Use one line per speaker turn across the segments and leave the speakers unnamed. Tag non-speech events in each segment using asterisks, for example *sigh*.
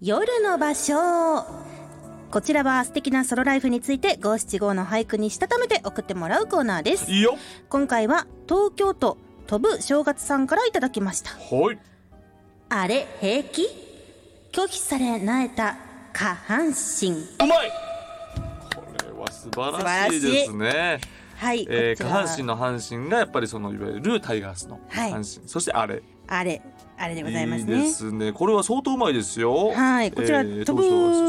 夜の場所こちらは素敵なソロライフについて五七五の俳句にしたためて送ってもらうコーナーです
いいよ
今回は東京都飛ぶ正月さんからいただきました
はい
あれ平気拒否されなえた下半身
うまいこれは素晴らしいですね、
はい、
えー、
こち
下
らは
半身の半身がやっぱりそのいわゆるタイガースの
はい
半身、そしてあれ
あれあれでございます
い
ね
ですねこれは相当うまいですよ
はいこちら、
えー
飛ぶ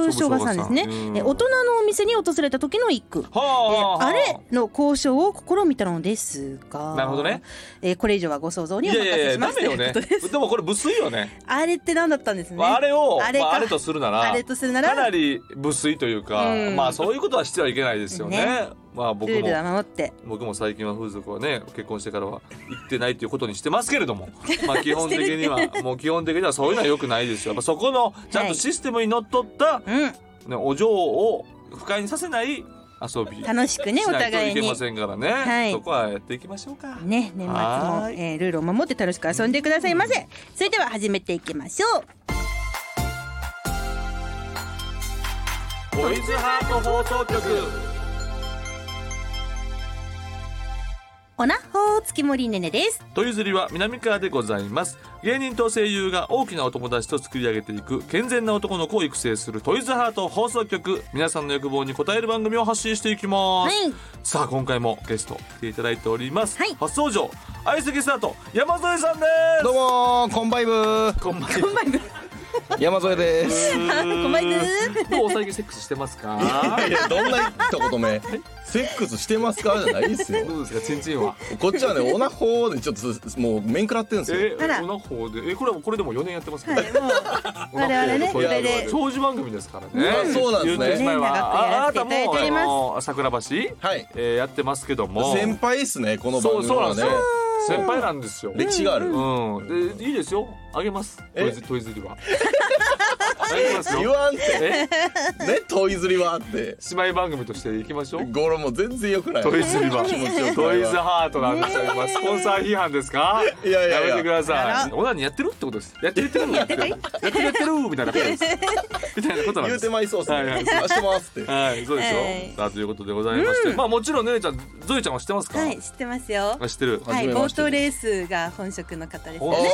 東
正
京
月さんですね、
うん
え大人のお店に訪れた時の一句え
は
ーあれの交渉を試みたのですが
なるほどね、
えーこれ以上はご想像
い
にお
やい
任
やい
せ
や
し
ダ
ます
メ
*laughs*
よね
ということです
でもこれ無粋よね
あれって何だったんですね
あれを
あれか
まあ、あれとするなら
あれとするなら
かなり無粋というか、
うん
まあそういうことはしてはいけないですよね
ね
まあ僕
ルール
も
は守って
僕も最近は風俗はね結婚してからは行ってないっていうことにしてますけれ
*laughs*
どもまあ基本的にはもう基本的にはそういうのは良くないですよやっぱそこのちゃんとシステムにのっとった、
うん
ね、お嬢を不快にさせない遊び
楽しくねお
しないと
互い
いけ
に
ませんからね、
はい
そこはやっていきましょうか、
ね年末も
は、ーい
えールールを守って楽しく遊んでくださいませそれでは始めていきましょう
ボイズハート放送局
おなほー月森ねねです
とゆずりは南川でございます芸人と声優が大きなお友達と作り上げていく健全な男の子を育成するトイズハート放送局皆さんの欲望に応える番組を発信していきま
は
す、 *laughs*
い
さあ今回もゲスト来ていただいております、
はい
初登場相席スタート山添さんで
どうもー、こんばいぶー、
すこんばんは
こんばんは
山添です。
こんば
*laughs*
んは
どう最近セックスしてますか
いや、どんな一言目、セックスしてますかじゃないですよ。
どうですかチンチンは
こっちはね、オナホーで、ちょっと、もう面食らってるんですよ。
え
あら
オナホでえこれはこれでも4年やってますけど、
はいもう
オナホ
我々ね
こ
これで
長寿番組ですからね、
うんあそうなんですね
言ってしまえば
ね
ああな
長
た
くやらせていただいております
もあの桜橋、
はい、
えーやってますけども
先輩ですね、この番
そう
組
そうなん
は
で
ね
すよ。先輩なんですよ
歴史がある。
うんでいいですよあげますト
え
イズトイズリはあげます
言
よ
わんって、
え
ね、トイズリはあって。
姉妹番組としていきましょう
*laughs* ゴロも全然良くない。
トイズリは
気持ちよく
*laughs*
な
ト
い
イ
わ
ズハートなんですよ今スポンサー批判ですか
いやいやい
や
や
めてくださ
あ
いオナニーやってるってことですやってるやってるやってるやってるやってるみたいなこと
*laughs*
ですみたいなことなんで
言うて
す
まいそうです
はいは
ね。
い
済ましてますって。
はいそうですよ
はい
さあということでございましてまあもちろんねねちゃんゾイちゃんは知ってますか
はい知ってますよ
あ知ってる
はい
初め
ボ
ま
ー
して
トレースが本職の方です
あ
ほ
ね
ん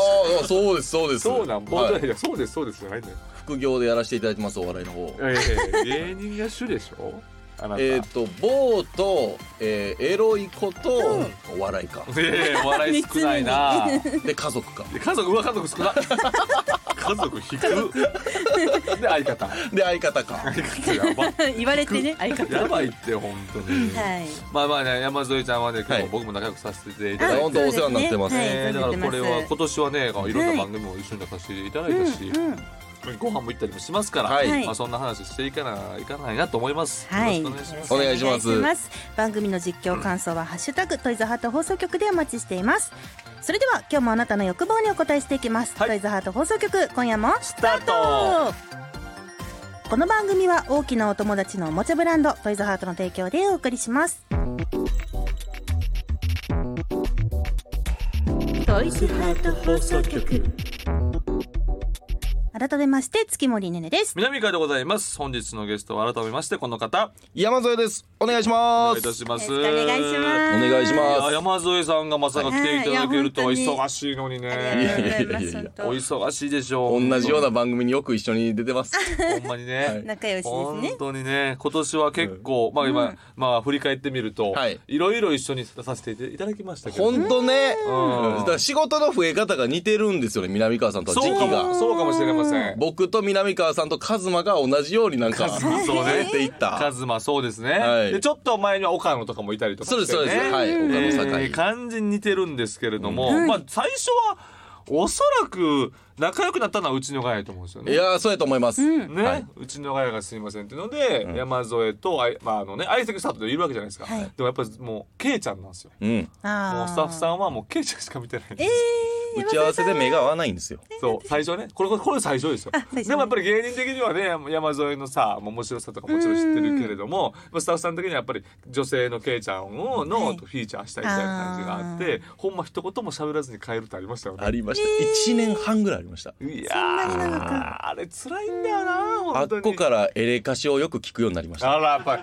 あ、そうです、そうです。
そうなんもう
はい
いやそうですそうですじゃないんだよ
副業でやらせていただいてます、お笑いの方
い。やいやいや芸人が主でしょあなた
えっ、と、某と、えーエロい子と、お笑いか。
ええお笑い少ないな。
で、家族か。
で家族うわ家族少な。家族引く。で相方。
で、相方か。
相方やば。
*laughs* 言われてね相方
やばいって本当に。
はい
まあまあね山添ちゃんはね今
は
日
い
も僕も仲良くさせていただ
あ
い
本
て。
当お世話になってます
そう
え
で
え
ね
だ
は
か
い
らこれは今年はねいろん
はい
な番組も一緒に出させていただいたし、
うんうん
ご飯も行ったりもしますから、
はい
まあそんな話していかないかないなと思います。
はい、
よろしくお願いします。
お願いします
お願いし番組の実況感想は「ハッシュタグトイズハート放送局」でお待ちしていますそれでは今日もあなたの欲望にお答えしていきます、
はい
トイズハート放送局今夜も
スタート。
この番組は大きなお友達のおもちゃブランドトイズハートの提供でお送りしますトイズハート放送局改めまして月森ねねです
南川でございます。本日のゲストは改めましてこの方。
山添です。お願いし
お
ま
願いいた
す
し。ます。
よろしくお願いします
お願いしま
いや
す。
山添さんがまさか来ていただけるとはい
や本当に
忙しいのに
い
ね。
やいやいやいや
本当
お忙しいでしょう。
同じような番組によく一緒に出てます。
ほんまに
は
ね
い。
仲良しですね
本当にね今年は結構、まあ今、まあ振り返ってみると、
はい
いろいろ一緒に出させていただきましたけど、
本当ね。
うん
うんだから仕事の増え方が似てるんですよね、南川さんとは時
そうか
期
も
が。
そうかもしれません
僕と南川さんとカズマが同じようになんか、
カズマそうね
増えていった
カ。ズマそうですね、
はい
でちょっと前には岡野とかもいたりとかして、
そう
ね、
です、そうです。はい、岡野
え
堺
ー。感じに似てるんですけれども、まあ最初はおそらく仲良くなったのはうちのガヤやと思うんですよね
いやー、そうやと思います。
ね、
はいう
ちのガヤがすいませんっていうので、山添とあい、まああのね、相席スタートでいるわけじゃないですか、
はい
でもやっぱりもうケイちゃんなんですよ
うん。
あ
もうスタッフ
ん
さんはもうケイちゃんしか見てないん
え
です、
ー
打ち合わせで目が合わないんですよ。
そう最初ねこれこれ最初ですよ
あ最初ね
でもやっぱり芸人的にはね山山添のさもう面白さとかもちろん知ってるけれどもまあスタッフさん的にはやっぱり女性のケイちゃんをの、
はい
フィーチャーしたいみたいな感じがあってほんま一言も喋らずに帰るってありましたよね
ありました。一年半ぐらいありました。
いやー
そんなに長く
あれ辛いんだよな
あ
本
っ
当に
こからエレカシをよく聞くようになりました。
あらやっぱり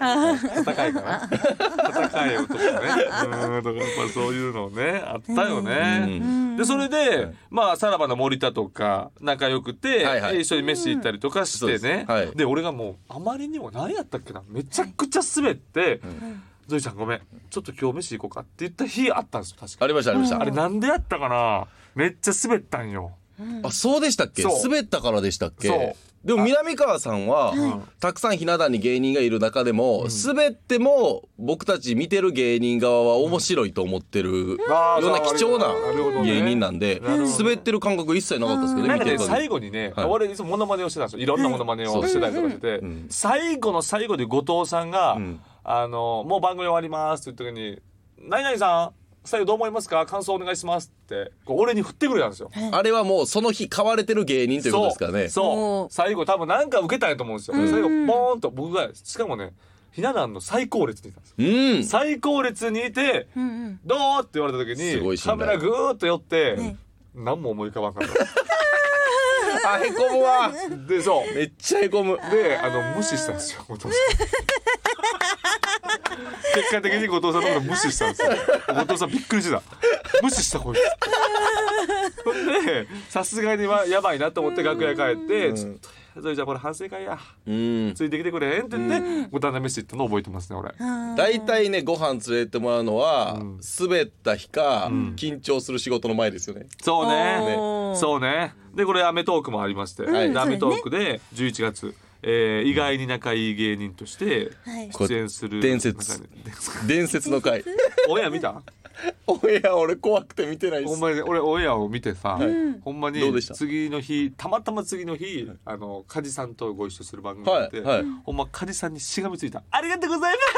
戦いかな戦い男ねうんだからやっぱりそういうのねあったよね、
うん
うん
でそれで、
い
まあさらばの森田とか仲良くて、
はいはい
一緒に飯行ったりとかし
うん
て
そうで
ね、
すはい
で俺がもうあまりにも何やったっけなめちゃくちゃ滑って、ゾイちゃんごめんちょっと今日飯行こうかって言った日あったんですよ確か
ありましたありまし
う
た。
あれなんでやったかなめっちゃ滑ったんよ
あそうでしたっけ
そう
滑ったからでしたっけ
そう
でも南川さんは、たくさんひな壇に芸人がいる中でも、滑っても僕たち見てる芸人側は面白いと思ってるよ
あー
うな貴重
なるほど
な
ね
芸人なんで、
なるほど
滑ってる感覚一切なかったですけどね
なん
見
か
て
ね
る感
最
じ
後にね、
はい
俺いつもモノマネをしてたんですよいろんなモノマネをしてたりとかしてて、
うんうん
最後の最後で後藤さんが「
ん
あのもう番組終わります」って言った時に「何々さん最後どう思いますか感想お願いします」ってこう俺に振ってくれたんですよ。
あれはもうその日買われてる芸人ということですからね
そう
お
そ
ー
う最後多分なんか受けたんやと思うんですよ。最後ボーンと僕がしかもねひな壇の最高列にいたんですよ。
うん
最高列にいて
うんうん
どうって言われた時
すごい
に
信頼
カメラぐーっと寄って、
ね
何も思い浮かばんかった。
あへこむわ
で
*laughs*
そう
めっちゃへこむ
であの無視したんですよ後藤さん結果的に後藤さんのこと無視したんですよ後藤さんびっくりしてた無視したこいつほんでさすがにはやばいなと思って楽屋帰って「ちょっとそれじゃあこれ反省会や
うん
ついてきてくれへん」って言って五反田飯行ったの覚えてますね俺
あー
大体ねご飯連れてもらうのは、滑った日か、緊張する仕事の前ですよね
そう
お
ね
ー
そうねでこれ『アメトーク』もありまして、
ん
で
そう
ア
で
メ
すね
トーク』で11月、えー意外に仲いい芸人として
はい
こ
出演する
伝説
中に
伝説の回
オンエア見た
オンエア俺怖くて見てないで
ほ
す
んまにね俺オンエアを見てさ、ほんま
どう
に
でした
次の日たまたま次の日、あの梶さんとご一緒する番組があ
は
って、
いはい
ほんま梶さんにしがみついた「ありがとうございます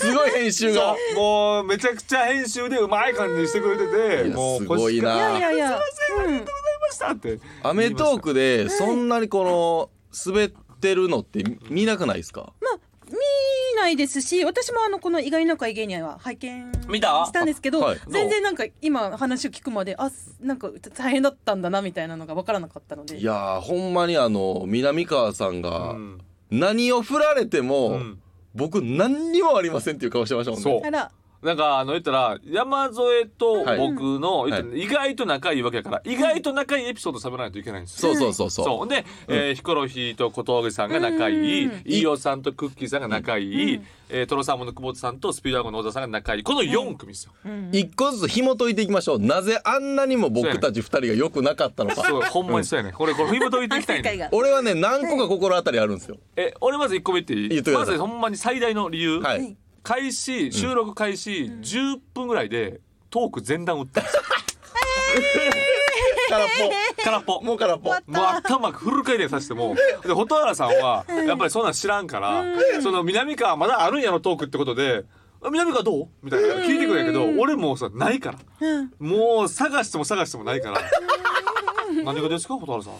すごい編集が」
もうめちゃくちゃ編集でうまい感じにしてくれてて
いや
もう
すごい
いやい
な
やいやうん
「腰が痛いました」って
『アメトーク』でそんなにこの滑ってるのって見なくないですか
見ないですし私もあのこの意外な会芸人は拝見
見た
したんですけど、
あはい
全然なんか今話を聞くまであすなんか大変だったんだなみたいなのが分からなかったので
いやーほんまにあの南川さんが
うん
何を振られても、
うん
僕何にもありませんっていう顔してましたもんね
そう
あら
なんかあの言ったら山添と
はい
僕の、
い
言ったら意外と仲いいわけやから、意外と仲いいエピソード喋らないといけないんですよ。
そうそうそうそう
そうで、えーヒコロヒーと小峠さんが仲いい、
うん
飯尾さんとクッキーさんが仲いい、えートロサーモンの久保田さんとスピードワゴンの小田さんが仲いいこの4組ですよ。
一個ずつ紐解いていきましょうなぜあんなにも僕たち二人が良くなかったのか
そうほんまにそうやね。これこれ紐解いていきたい
*laughs* 世界
ね。
が
俺はね何個か心当たりあるん
*laughs*
ですよ
え俺まず1個目言っていい
言ってくだ
ま
さい
ずほんまに最大の理由、
はい
開始収録開始10分ぐらいでトーク前段打ったんですよ。
空っ
空っぽ。
ぽもう空っぽ
もう頭フル回転させてもで蛍原さんはやっぱりそんなん知らんから、その南川まだあるんやろトークってことで「あ南川どう?」みたいな聞いてくるんやけど、俺もうさないから、もう探しても探してもないから「何がですか蛍原さん」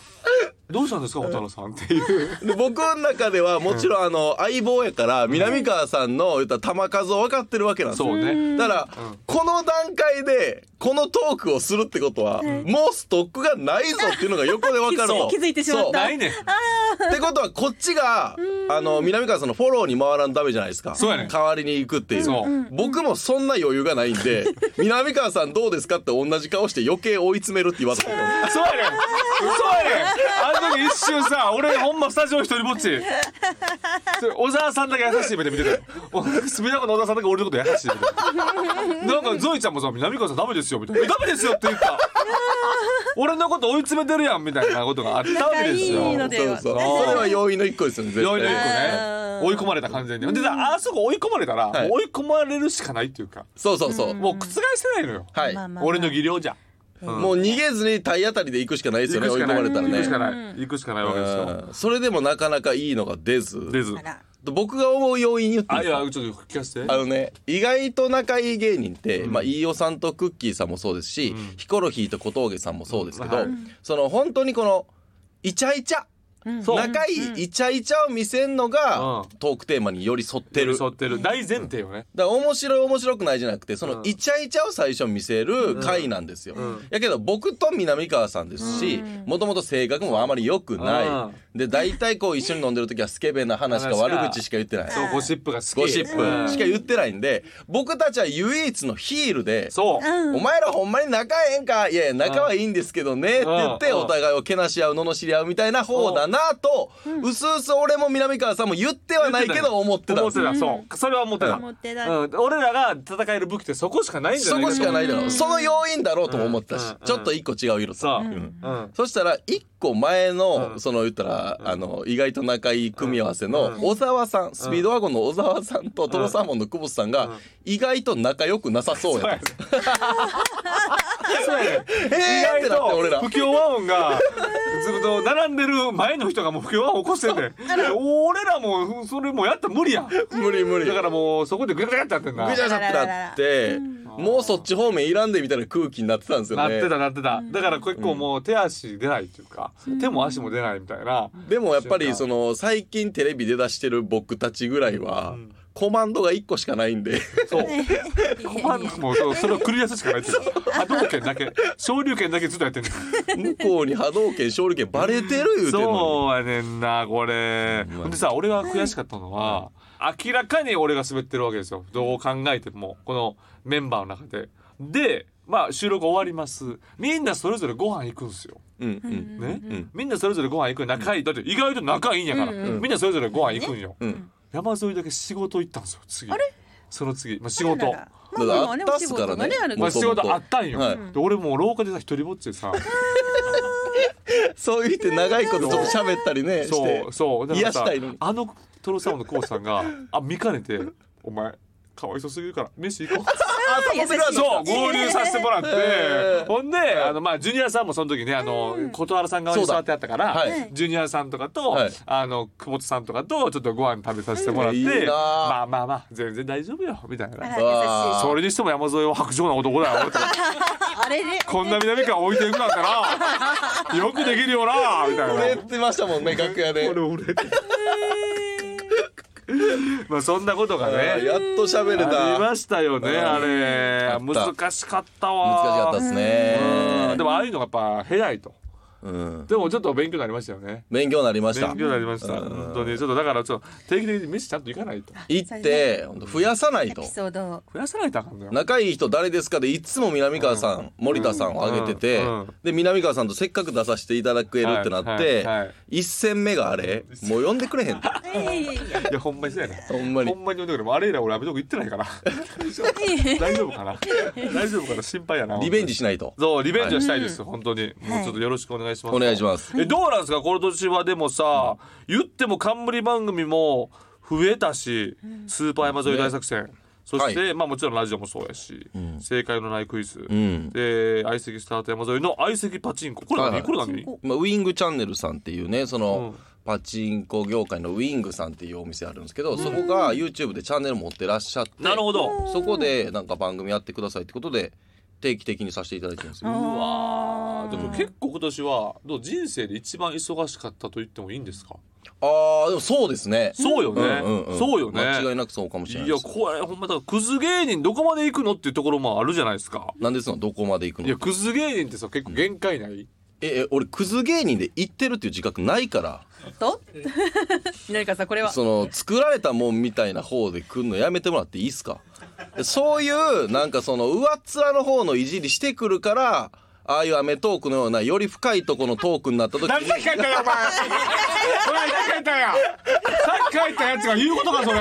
どうしたんですか蛍原さんっていう
で僕の中ではもちろんあの相棒やから南川さんの言ったら球数を分かってるわけなんですよ
そうね
だから、この段階でこのトークをするってことは、もうストックがないぞっていうのが横で分かると
気づいてしまった
そう
ないねん
ってことはこっちがあの南川さんのフォローに回らんとダメじゃないですか
そうやねん
代わりに行くっていう
そう
僕もそんな余裕がないん
*laughs*
で南川さんどうですかって同じ顔して余計追い詰めるって言われた
そうやねんそうやねんあの時一瞬さ俺ほんまスタジオ一人ぼっちそれ小沢さんだけ優しい目で見てたよスピードワゴンの小沢さんだけ俺のこと優しい目でなんかゾイちゃんもさ「南川さんダメですよ」みたいな「えダメですよ」って言った俺のこと追い詰めてるやんみたいなことがあったわけです
仲
よ
いい
そ
の
う
で
そうそれは要因の一個ですよね絶対
よいね
あー
追い込まれた完全にであそこ追い込まれたら、
はい
追い込まれるしかないっていうか
そうそうそう
もう覆せないのよ、
はい、
まあまあ
俺の技量じゃ
もう逃げずに体当たりで行くしかないですよね追い込まれたら
行くしか
ね
ない行くしかないわけですよ
うんそれでもなかなかいいのが出ず
出ず
あら
僕が思う要因言っていい
あ
で
い
すか
やちょっと聞かせて
あのね意外と仲いい芸人って、
うん
まあ、飯尾さんとクッキーさんもそうですし、
うん
ヒコロヒーと小峠さんもそうですけど、
うんはい
その本当にこのイチャイチャ
そう
仲い
うん
いイチャイチャを見せんのが、
うん
トークテーマに寄り添って
寄
る
り添ってる大前提よね
だから面白い面白くないじゃなくてその
うん
イチャイチャを最初見せる回なんですよ、
うん
やけど僕と南川さんですし
うん
もともと性格もあまり良く
う
なんいで大体こう一緒に飲んでる時はスケベな話か
話か
悪口しか言ってない
そうゴシップが好き
ゴシップしか言ってないんで僕たちは唯一のヒールで
そう
「
うん
お前らほんまに仲ええんかいやいや仲はいいんですけどね」って言って
うん
お互いをけなし合う罵り合うみたいな方だなとうすうす俺も南川さんも言ってはないけど思ってたん
思
で
っ
す
て
よ
たそうそれは思ってた
思ってた
うん俺らが戦える武器ってそこしかないんじゃ
そ
ない
こしかないだ
う
ろ
ん
うその要因だろうとも思ってたし
うん
ちょっと一個違う色と
そう
うん
うん
そしたら一個前
う
の
ん
その言ったらあの意外と仲いい組み合わせの
うん
小沢さんスピードワゴンの小沢さんとトロサーモンの久保田さん
うん
が意外と仲良くなさそうや
そう
った
やねそうやね意
えーって
外
なって
と
俺ら
不協和音がずっと並んでる前の人がもう不協和音起こしてんねん俺らもうそれもうやったら無理やんだ
無理無理
からもうそこでグラグラってなってんだ
ぐちゃぐちゃってなってもうそっち方面いらんでみたいな空気になってたんです
な
よ
っ
ね
てたなってただから結構もう手足出ないっていうか手も足も出ないみたいな
でもやっぱりその最近テレビ出だしてる僕たちぐらいは
うん
コマンドが1個しかないんで
そうコマンドもそうそれを繰り出すしかないっ
*laughs*
ていうか波動拳だけ昇竜拳だけずっとやってんねん
向こうに波動拳勝利拳バレてる言うてんの
そうやねんなこれ
うん
ほんでさ俺が悔しかったのは、明らかに俺が滑ってるわけですよどう考えてもこのメンバーの中ででまあ収録終わりますみんなそれぞれご飯行くんですよ
にうんうん
ね、
ん
みんなそれぞれご飯行く仲いいだって意外と仲いいんやから、
うん
うん
みんなそれぞれご飯行くんよ、
うん
山沿いだけ仕事行ったんですよ次
あれ
その次、まあ、仕事
だからあったっすからね
まあ、仕事あったんよ、
はい
で俺もう廊下でさ一人ぼっちで
*laughs*
さ
そう言って長いことちょっと喋ったりねし
そう
て
そうだからさ
癒したいのに
あのトロサーモンのコウさんがあ見かねて「お前かわいそうすぎるから飯
*laughs*
行こう」
あ
遊んでください
そう合流さ
*laughs*
せてもらって、
えー
ほんで、あのまあジュニアさんもその時ねあの、蛍原さん側に座ってあったから、
そう
は
だ
い
ジュニアさんとかと、
はい
あの久保田さんとかとちょっとご飯食べさせてもらって、
うんいいなあ
まあまあまあ全然大丈夫よみたいな。
わ
それにしても山添は白状な男だよ。
あれね
こんな南川置いていくなんて
*laughs*
な。よくできるよなみたいな。
震えてましたもんね楽屋で
俺俺 *laughs* まあそんなことが
あー
ね
やっと喋れ
あり
た
ましたよね
うん
あれ
あった
難しかった
難し
わ
かったです
うん
ね
でもああいうのがやっぱ早いと
うん
でもちょっと勉強になりましたよね
勉強になりました
勉強になりました本当にちょっとだからちょっと定期的に飯ちゃんと行かないと
行ってほんと増やさない
エ
と
ピソード
増やさないとあかんのよ
仲いい人誰ですかでいつも南川さん、森田さんを挙げてて、
うんうん
で南川さんとせっかく出させていただけるってなって、
はいはいはい
一戦目があれもう呼んでくれへん
*laughs* いやほんまにそうやね
ほんまに
ほんまに呼んでくれもうあれ以来俺アメトーク行ってない
*laughs*
から大丈夫かな大丈夫かな心配やな
リベンジしないと
そうリベンジはしたいです、本当に、もうちょっとよろしくお願いします
お願いします
えどうなんですかこの年はでもさ、言っても冠番組も増えたし、スーパー山添大作戦、そして、
は
まあもちろんラジオもそうやし、正解のないクイズ、
ん
で相席スタート山添の相席パチンコこれ何、
はい
これ何
まあ、ウイングチャンネルさんっていうねその、
うん
パチンコ業界のウイングさんっていうお店あるんですけど、そこが YouTube でチャンネル持ってらっしゃって
なるほど、
そこでなんか番組やってくださいってことで定期的にさせていただいてるんですよ。
うわーでも結構今年はどう人生で一番忙しかったと言ってもいいんですか、
あーでもそうですね。
そうよね、
んんん
そうよね
間違いなくそうかもしれな
い
いで
や
す。
これほんまだからクズ芸人どこまで行くのっていうところもあるじゃないですか
なんでそのどこまで行く
いや
の
クズ芸人ってさ結構限界ない、
ええ俺クズ芸人で行ってるっていう自覚ないから
*laughs* と南川さんこれは
その作られたもんみたいな方で来るのやめてもらっていいっすかそういうなんかその上っ面の方のいじりしてくるからああいうアメトークのようなより深いとこのトークになった時
何
に
さっき書いたよお前それ何書いたんやさっき書いたやつが言うことかそれ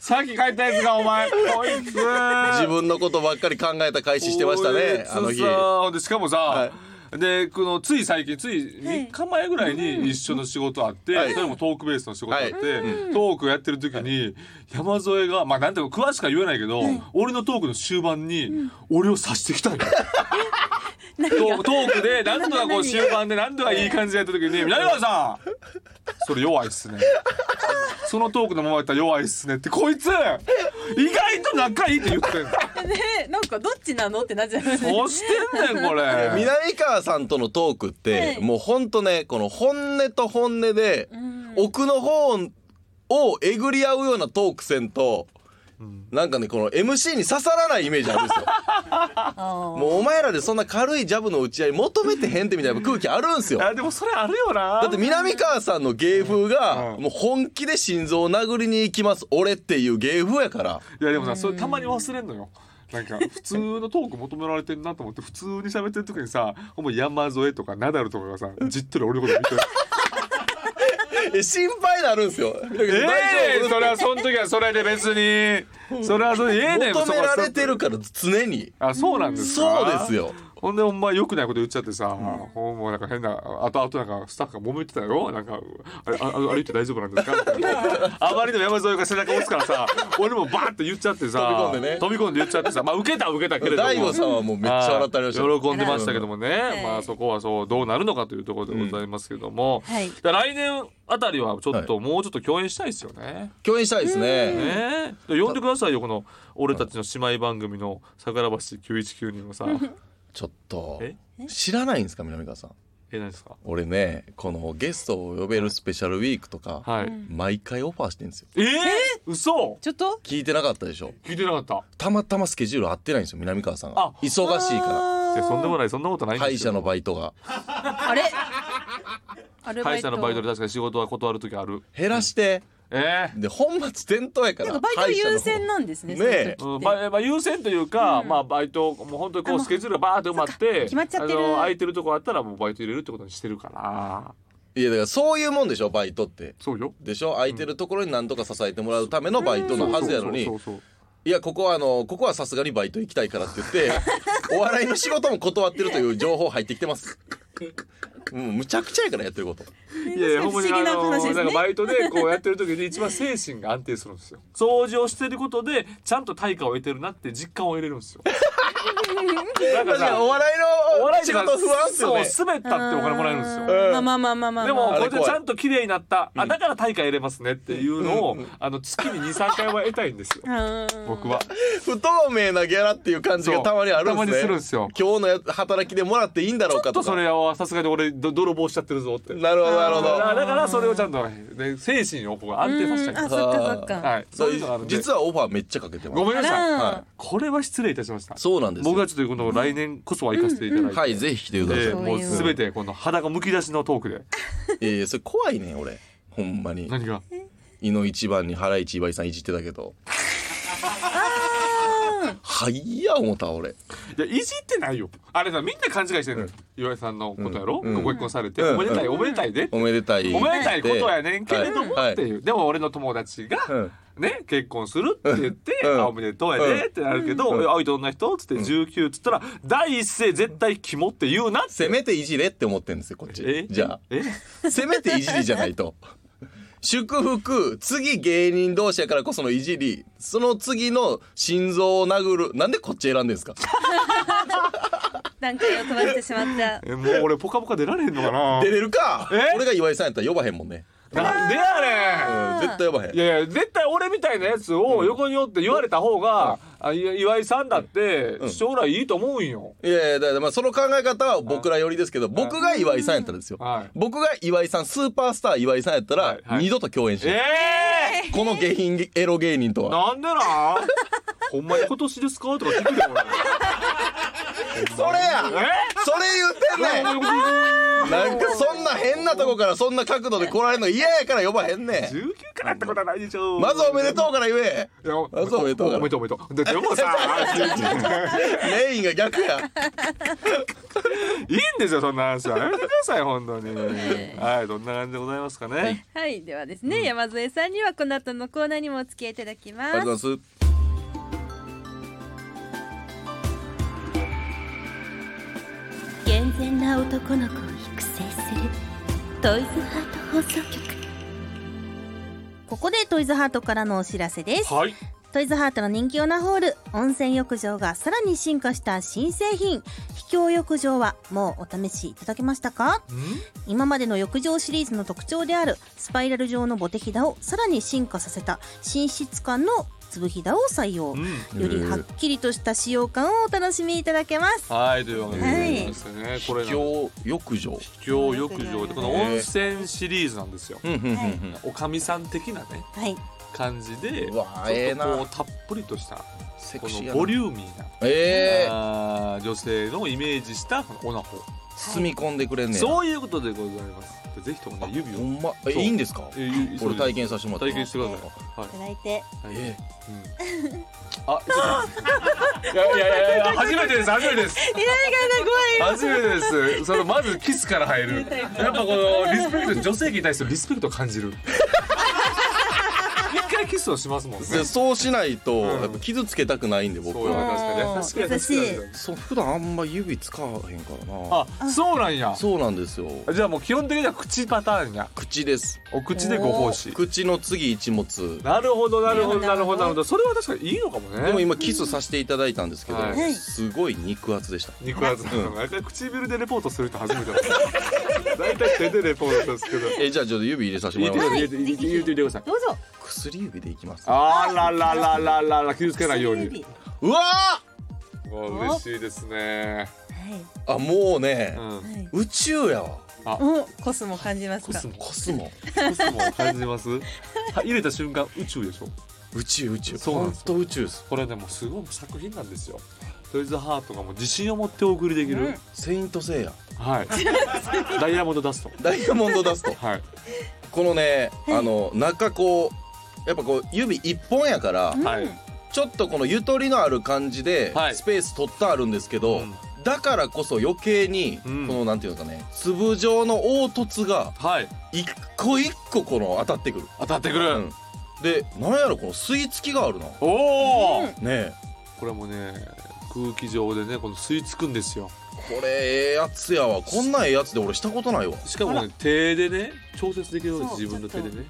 さっき書いたやつがお前こいつ
自分のことばっかり考えた開始してましたねあの日
日でしかもさ、でこのつい最近つい3日前ぐらいに一緒の仕事あって、
はい
それもトークベースの仕事あって、
は
ト
い
ークをやってる時に山添がまあなんていうか詳 *laughs* しくは言えないけど、俺のトークの終盤に俺を刺してきたんよ。トートークで何度かこう終盤で何度かいい感じでやった時に「南川さんそれ弱いっす *laughs* ね」そのトークのままやったら弱いっすねってこいつ意外と仲いいって言ってんの
*laughs*
ねなんかどっちなのってなっちゃいますね
どうしてんねんこれ
南川さんとのトークって、
はい
もうほんとねこの本音と本音で、
うん
奥の方をえぐり合うようなトークせんと、なんかねこの MC に刺さらないイメージあるんですよ
あー
もうお前らでそんな軽いジャブの打ち合い求めてへんってみたいな空気あるんすよだ
あでもそれあるよな
って南川さんの芸風が
うん
もう本気で心臓を殴りに行きます俺っていう芸風やから
いやでもさそれたまに忘れんのよなんか普通のトーク求められてんなと思って普通に喋ってる時にさほんま山添とかナダルとかがさじっとり俺のこと見てる
え心配なるんすよ、え
ええそれはその時はそれで別にそれはそれでええねん
求められて
る
るから常に
あそうなんですか
そうですよ
ほんでほんま良くないこと言っちゃってさ、ほんまなんか変なあとあとなんかスタッフが揉めてたよなんかあれああ歩いて大丈夫なんですか *laughs* みたいなあまりの山添が背中押すからさ俺もバーって言っちゃってさ
飛び込んでね
飛び込んで言っちゃってさまあ受けたは受けたけれども
大悟さんはもうめっちゃ笑ってありましたよ
はい喜んでましたけどもね、
い
まあそこはそうどうなるのかというところでございますけども、
うんはい
だから来年あたりはちょっと、もうちょっと共演したいですよね。
共演したいですね、
ねえ呼んでくださいよこの俺たちの姉妹番組の「桜橋919」にもさ
ちょっと
え
知らないんですか南川さん
え何ですか
俺ねこのゲストを呼べるスペシャルウィークとか、
はい、
毎回オファーしてんですよ
えー、嘘
ちょっと
聞いてなかったでしょ
聞いてなかった
たまたまスケジュール合ってないんですよ南川さんが
あ
忙しいか
いやそんでもないそんなことない
ら
んで
歯医
す
者
よ
のバイトが
*laughs*
あれアル
歯
バ
医
イ
者
ト
のバイトで確かに仕事は断る時ある
減らして、
ええ
で本末転倒やか
な
ら
んかバイト
歯医者の
優先なんですね
ねえ
その
うん
時って
まあまあ、優先というか、まあ、バイトもう本当にこうスケジュールがバーって埋まって
決まっちゃってる
あの空いてるとこあったらもうバイト入れるってことにしてるから
いやだからそういうもんでしょバイトって
そうよ
でしょ空いてるところに何とか支えてもらうためのバイトのはずやのに
そうそうそう
いやここはあのここはさすがにバイト行きたいからって言ってお笑いの仕事も断ってるという情報入ってきてますもうむちゃくちゃやからやってること
いやいや
不
ほんま
思
に
議
あ
な
の
話ですね
なんかバイトでこうやってる時に一番精神が安定するんですよ掃除をしてることでちゃんと対価を得てるなって実感を得れるんですよなんか
確かにお
さ
笑
お笑
い
いで
の仕
さ
事不安っすよね
そう滑ったってお金もらえるんですよ
まあまあまあまあまあ
でも
まあ
こ
れ
れでちゃんと綺麗になったあだから対価得れますねっていうのをあの月に23回は得たいんですよ
うん
僕は
不透明なギャラっていう感じがたまにあるん
そう
ですね
たまにするんですよ
今日のや働きでもらっていいんだろう
ちょ
か
っと
とか
それはさすがに俺ど泥棒しちゃってるぞってだか
なるほどなるほ
ら
ど
だからそれをちゃんとね精神をこう安定させ
あ
たい
そっかそっか
はい
そ
そう
う
いうのがあるんで
実はオファーめっちゃかけてます
ごめんなさい
あら
はいこれは失礼いたしました
そうなんですよ
僕はちょっとこの来年こそは行かせていただいて、
はいぜひ来てください、
えー
え
もうすべてこの裸むき出しのトークで
えそれ怖いねん俺ほんまに
何が
井の一番に原市岩井さんいじってたけどはいや思った俺
いやいじってないよあれさみんな勘違いしてるの、岩井さんのことやろ、
うん
ご結婚されて、
うん
おめでたいおめでたいで、
おめでたい
おめでたいことやねんけれども
はい
っていう、でも俺の友達が、
うん
ね結婚するって言って「
うん
あおめでとうやで」ってなるけど「
ん
おいおいどんな人?」っつって19っつったら第一声絶対キモって言うなって
せめていじれって思ってんですよこっち
え
じゃ
え
あせめていじりじゃないと祝福次芸人同士やからこそのいじりその次の心臓を殴るなんでこっち選んでんですか
段階を飛ばしてしま *laughs* った
えもう俺ポカポカ出られへんのかな
*laughs* 出れるか
え
俺が岩井さんやったら呼ばへんもんね
なんでやねん
うん絶対呼ばへん
いやいや絶対俺みたいなやつを横におって言われた方が、あい岩井さんだって将来いいと思うんよ。
いやいやだからまあその考え方は僕ら寄りですけど僕が岩井さんやったらですよ
はい
僕が岩井さんスーパースター岩井さんやった
は
ら
いはい
二度と共演し
え
ないこの下品エロ芸人と
え
は
なんでなん *laughs* ほんまに今年ですかとか聞くで
それ
俺。
や
え
それ言ってんねんなんかそんな変なとこからそんな角度で来られるの嫌やから呼ばへんね
19からってことはないでしょ
んまずおめでとうから言え
いやお
まずおめでとうから
おめでとうおめでとうででもさ
*laughs* メインが逆や
いいんですよそんな話はやめてください本当にはいどんな感じでございますかね
はいではですね、山添さんにはこの後のコーナーにもお付き合いいただきま
あ
す
りがとうございます
健全な男の子を育成するトイズハート放送局
ここでトイズハートからのお知らせです
はい
トイズハートの人気オナホール温泉浴場がさらに進化した新製品秘京浴場はもうお試しいただけましたか今までの浴場シリーズの特徴であるスパイラル状のボテヒダをさらに進化させた寝室感の粒ヒダを採用、
う
よりはっきりとした使用感をお楽しみいただけます
はいというわけで、
はい
ですねこれ
秘
秘
境浴場
境浴場でこの温泉シリーズなんですよ、
うんうんうんうん
おかみさん的なね
はい
感じで
うわええ
ちょっとこ
な
うたっぷりとした
セ
こ
クシー
の
や
ボリ
な
ューミーな
ええ
あー女性のイメージしたオナホ、
包み込んでくれんねや
そういうことでございますぜひとも
あ
ね指を
ほんま
そ
え
う
いいんですか
えゆそうで
俺
す
体験させてもらって
体験してください
いただいて
はい
え
うんあ、ちょっといやいやいやいや初めてです初めてです。いやいや怖い。初めてです。そのまずキスから入る。やっぱこのリスペクト女性に対してのリスペクトを感じる。一回キスをしますもんね。
えでそうしないと
うん
やっぱ傷つけたくないんで僕
そう
は
や確かに
優
確
し
か
い
に確かに。
そう普段あんま指使わへんからな
あ、そうなんや。
そうなんですよ
じゃあもう基本的には口パターンや。
口です
お口でご奉仕。
口の次一物
なるほどなるほどなるほどなるほど。それは確かにいいのかもね。
でも今キスさせていただいたんですけど
はい
すごい肉厚でした
肉厚なのが、唇でレポートする人初めてだ。大体手でレポートですけど。
えじゃあちょっと指入れさせて
言
も
っ
ら
て
い
くだ
ます
さい、言って言って言ってください。
どうぞ
薬指でいきます
あらららららら傷つけないように。
は
うわ
わあ嬉しいですね。
ーあもう
う
ね
い、
ん。
はい、
宇宙やわ
おコスモ感じますか
コス
*laughs*
モ
コスモを感じます。は入れた瞬間宇宙でしょ。
宇宙宇宙
そうなんですよ
ほんと宇宙です
これでもすごい作品なんですよ。トイズハートがもう自信を持ってお送りできる。
セイントセイヤ
はい。ダイヤモンドダスト。
ダイヤモンドダス
*laughs*
ト
はい。
このねあの中こうやっぱこう指一本やから
はい。
ちょっとこのゆとりのある感じで
はい
スペース取ったあるんですけど、
うん
だからこそ余計にこ
うん
のなんていうんですかね粒状の凹凸が
はい。
一個一個この当たってくる
当たってく
う
る
ん。でなんやろこの吸い付きがあるな
おお。
ねえ
これもね空気上でねこの吸い付くんですよ。
これええやつやわこんなんええやつで俺したことないわ
しかもね手でね調節できるんです自分の手でね。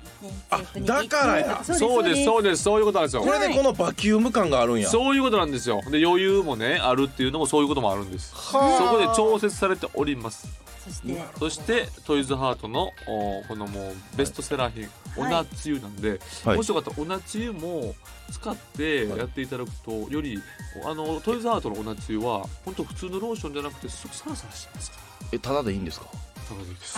あだからや
そうですそうですそういうことなんですよ。
これでこのバキューム感があるんや
そういうことなんですよ。で余裕もねあるっていうのもそういうこともあるんです。そこで調節されております。
そして
そしてトイズハートのおこのもうベストセラー品、
はい
オナつゆなんで、
はい
もしよかったらオナつゆも使ってやっていただくとよりあのトイズハートのオナつゆは本当普通のローションじゃなくてすぐサラサラしてますから。
えただでいいんですか
そうなんです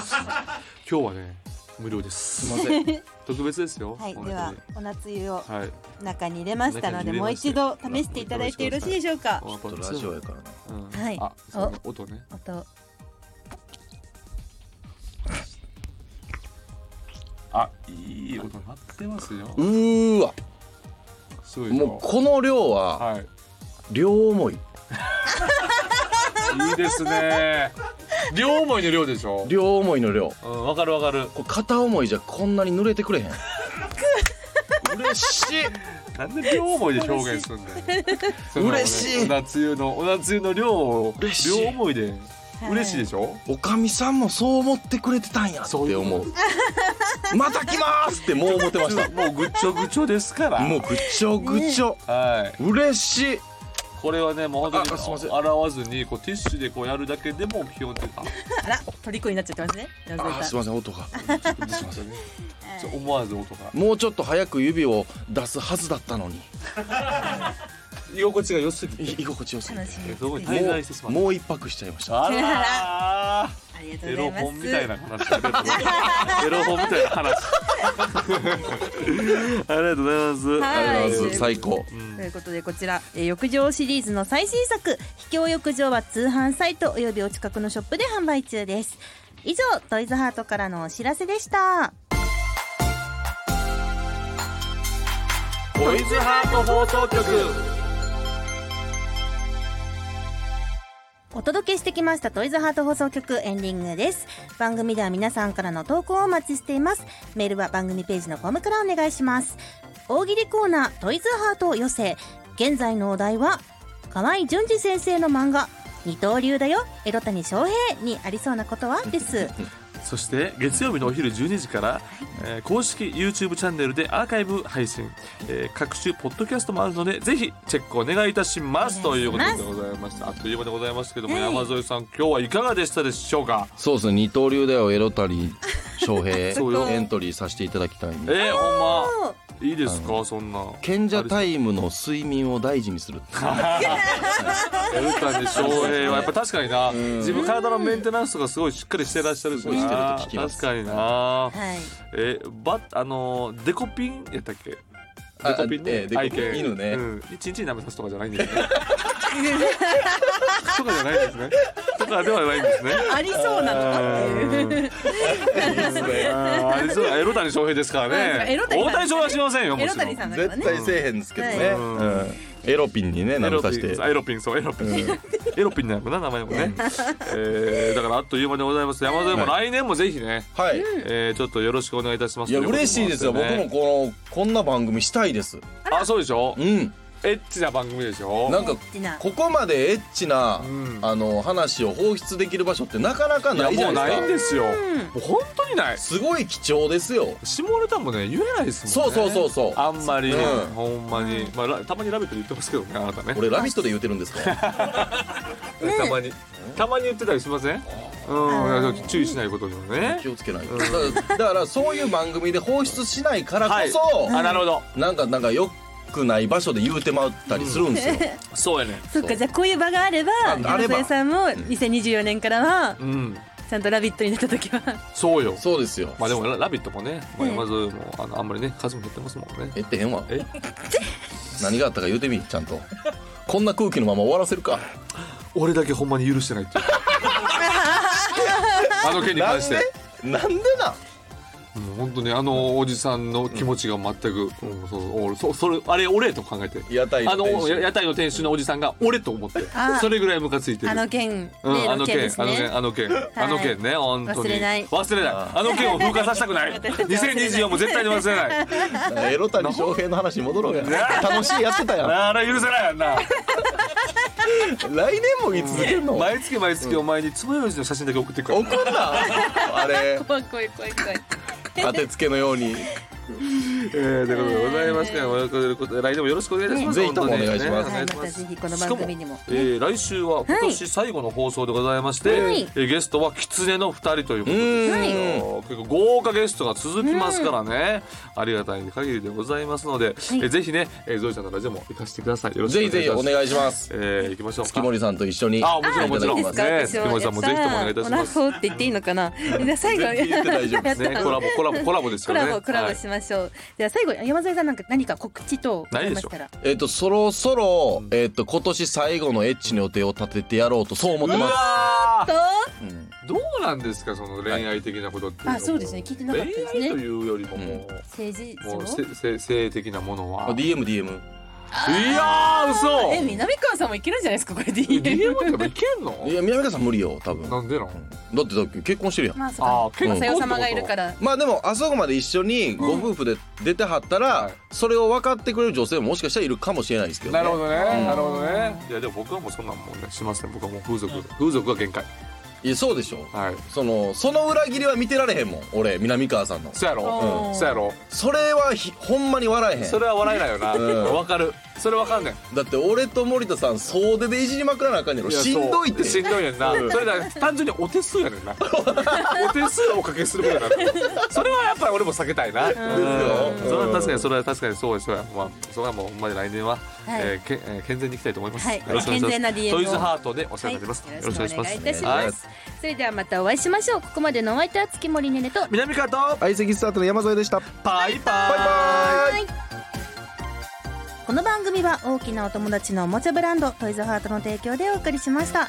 今日はね無料です。
すいません
特別ですよ。
はい、
本当
で
に
はお夏湯を
はい。
中に入れましたので
中に入れ
もう
ました
一度試していただいてよろしいでしょうか
あやっぱ
ラジオやからな
うん
はい
あ、その音ね。
音
あ、いい音鳴ってますよ。
うーわ
すごいでしょ
もうこの量は
はい。
両思い
いいです
*laughs*
ね。両思いの量でしょ。
両思いの量
うん、わかるわかる。
これ片思いじゃこんなに濡れてくれへ *laughs* ん嬉しい
なんで両思いで表現するんだよ。その
嬉しい
お夏湯の、お夏湯の量を
嬉しい
両思いで。嬉しいでしょ。
おかみさんもそう思ってくれてたんやって
そういう
思
こ
うまた来ますってもう思って *laughs* ました
もうぐっちょぐちょですから。
もうぐちょぐちょ、
はい。
嬉しい
これはね、もう本当
あすいませ
に
ん
洗わずに、こうティッシュでこうやるだけでも基本的に。あ
あら虜になっちゃってますね
あーすいません音 *laughs* がちょっとすいません
ちょ思わず音が。
もうちょっと早く指を出すはずだったのに
居心地が良すぎ
い居心地よすぎ
楽しみ
て。そこに
て
滞在してしま
もう
った。
もう一泊しちゃいました
あら
ありがと
ーエ
うご
ロ
ざい
本
ま
み
す
たいな話が出てく
*laughs*
るエロ本みたいな *laughs* 話
はい
ありがとうございます、
ありがとうございます最高
うん
ということでこちら、えー浴場シリーズの最新作「秘境浴場」は通販サイトおよびお近くのショップで販売中です以上トイズハートからのお知らせでした
トイズハート放送局
お届けしてきましたトイズハート放送局エンディングです番組では皆さんからの投稿をお待ちしていますメールは番組ページのフォームからお願いします大喜利コーナートイズハート寄せ現在のお題は河合淳二先生の漫画二刀流だよ江戸谷翔平にありそうなことはです
そして月曜日のお昼12時から、えー公式 YouTube チャンネルでアーカイブ配信、えー各種ポッドキャストもあるのでぜひチェックお願いいたします
お
と
願い
い
し
うこと
ます
でございましたあっという間でございますけども、山添さん今日はいかがでしたでしょうか
そうですね二刀流だよエロ谷翔
*laughs*
平
そうよ
エントリーさせていただきたいん
え
で
ー、ほんまいいですかそんな
賢者タイムの睡眠を大事にする
古谷翔平はやっぱ確かにな自分体のメンテナンスとかすごいしっかりしてらっしゃるし
すごいしてると聞きます
確かにな
はい
えばあのデコピンやったっけデ
あ
コピンね
ええデコピン
愛犬
犬ね
うん一日に舐めさすとかじゃないんですね *laughs* とかじゃないんですねとかではないんですね
ありそうなのかっていう
あれそうエロ谷翔平ですからね
エロ谷さん
大谷翔平はしませんよも
エロ
ちろん
谷さんだから
絶
ね
対せえへんですけどね、
ん
うんエロピンにね
エロ
何
ピ
さして
ン、エロピン、そう、エロピン。エロピンなのかな、名前もね。えーだからあっという間でございます。山添も来年もぜひね、
はい、
えーちょっとよろしくお願いいたします。
いや嬉しいですよ、
とうこと
僕もこのこんな番組したいです
ね。あ、そうでしょ
うん
エッチな番組でしょ
なんか
ちな
ここまでエッチな、
ん
あの話を放出できる場所ってなかなか
い
な
や、
いじ
も
ゃ
う
ないで
な
す
いん
か
ですよ。もう本当にない。
すごい貴重ですよ
下ネタもね、言えないですも
そ
ん
う
ね。
そうそうそう
あんまり、
うん
ほんまに、まあラ、たまにラビットで言ってますけどね、あなたね。
俺「ラビット!」で言うてるんで
*laughs*
すか
たまに、たまに言ってたりしません。うん、いや注意しないことにはね
気。をつけないとだからだからそういう番組で放出しないからこそ、
あ、なるほど。
なんかなんかよくない場所で言うてまったりするんですよ、
そうやね。
そっかじゃあこういう場があれば
ああれ
山
ば
添さんも2024年からは
うん。
ちゃんと「ラビット!」になった時は
そうよ。
そうですよ
まあでもラ「ラビット!」もね、まあ、山添もあのあんまりね数も減ってますもんね。
えってへんわ
え
何があったか言うてみちゃんとこんな空気のまま終わらせるか
俺だけほんまに許してないっていう *laughs* あの件に関して
なんでなん
もう本当にあのおじさんの気持ちが全く、うんそう俺そそれあれ俺と考えて
屋台の
あの
店主
屋台の店主のおじさんが俺と思って
あ
それぐらいムカついてる
あの件
うん
例の
あの
件
件、
です
あの
ね
件、あの件、あの件ね、本当に。
忘れない
忘れない。あの件を風化させた
*laughs*
くない。2024も絶対に忘れない。
エロ谷翔平の話に戻ろうや楽しいやってたやん
あれ許せないやんな。
来年も言い続けるの
毎月毎月お前につぼようじの写真だけ送ってくる
送んなあれ
怖い怖い怖い怖い
当てつけのように
えー、ということでございますけど、ということで来年もよろしくお願いいたします。
ぜひともお願いします
はいま
本当にねお願
た
いし
ぜ
ま
ひこの
す
番組にも
しかも、えー、来週は今年最後の放送でございまして、
はい
えーゲストは狐の二人ということですよ結構豪華ゲストが続きますからね、ありがたい限りでございますので、えーぜひね、えー、ゾイちゃんのラジオも行かせてくださいよろしくお
ぜ
願
ひ
いします
ぜひお願いし
え
ます
ー、行きましょう
月森さんと一緒に
あもちろんもちろん
い
で
た
す
だき
か
ね月森
ま
私も
さんもぜひともお願いいたします
オナホって言っていいのかなじゃあ最後 *laughs*
全然言って大丈夫です
ねコラボコラボコラボです
コ
から
ラ
ね
ボコラ
は
ボ
い
しましょう、じゃあ最後山添さんなんか何か告知等ありましたら
えっとそろそろえっと今年最後のエッチの予定を立ててやろうとそう思って
う
ます
わー
と
どうなんですかその恋愛的なことっていうのも、
あそうですね聞いてなかったです
恋愛と
ね
いうよりももう、
政治
もう
上
せせ性的なものは。い
DMDM
やー嘘
え南川さんもいけるんじゃないですかこれ DM
DM ってもいけんの
いや南川さん無理よ多分だ
なんでなん
ってだって結婚してるやん
まあそうか
*laughs* あー結
まあ
構。
さよ様がいるからら
まあでもあそこまで一緒にご夫婦で出てはったら、
はい
それを分かってくれる女性ももしかしたらいるかもしれないですけど、ね、
なるほどね、なるほどね。いやでも僕はもうそんなんもんねしません。僕はもう風俗風俗が限界。
いやそうでしょ
はい。
そのその裏切りは見てられへんもん俺南川さんの
そやろ、
うん
そやろ。
それはひほんまに笑えへん
それは笑えないよな。
うん
わかる。それわかんねん。
だって俺と森田さん総出でいじりまくらなあかんやろ
や
しんどい
そう
って
しんどいねんな。 *laughs* それだ単純にお手数やねんな。 *laughs* お手数をおかけすることになる。それはやっぱり俺も避けたいな。うん
うん
それは確かにそれは確かにそうですよ。まあそれはもうほんまに来年は、えーけえー健全にいきたいと思います。
はい
よろしくお願いしま
健
す
全な DM を
トイズハートでお世話になります。
はい
よろしくお願いします。
よろしくお願いいたし
ます
それではまたお会いしましょうここまでのお相手は月森ねねと
南川と
相席スタートの山添でした
バイバイ。
この番組は大きなお友達のおもちゃブランドトイズハートの提供でお送りしました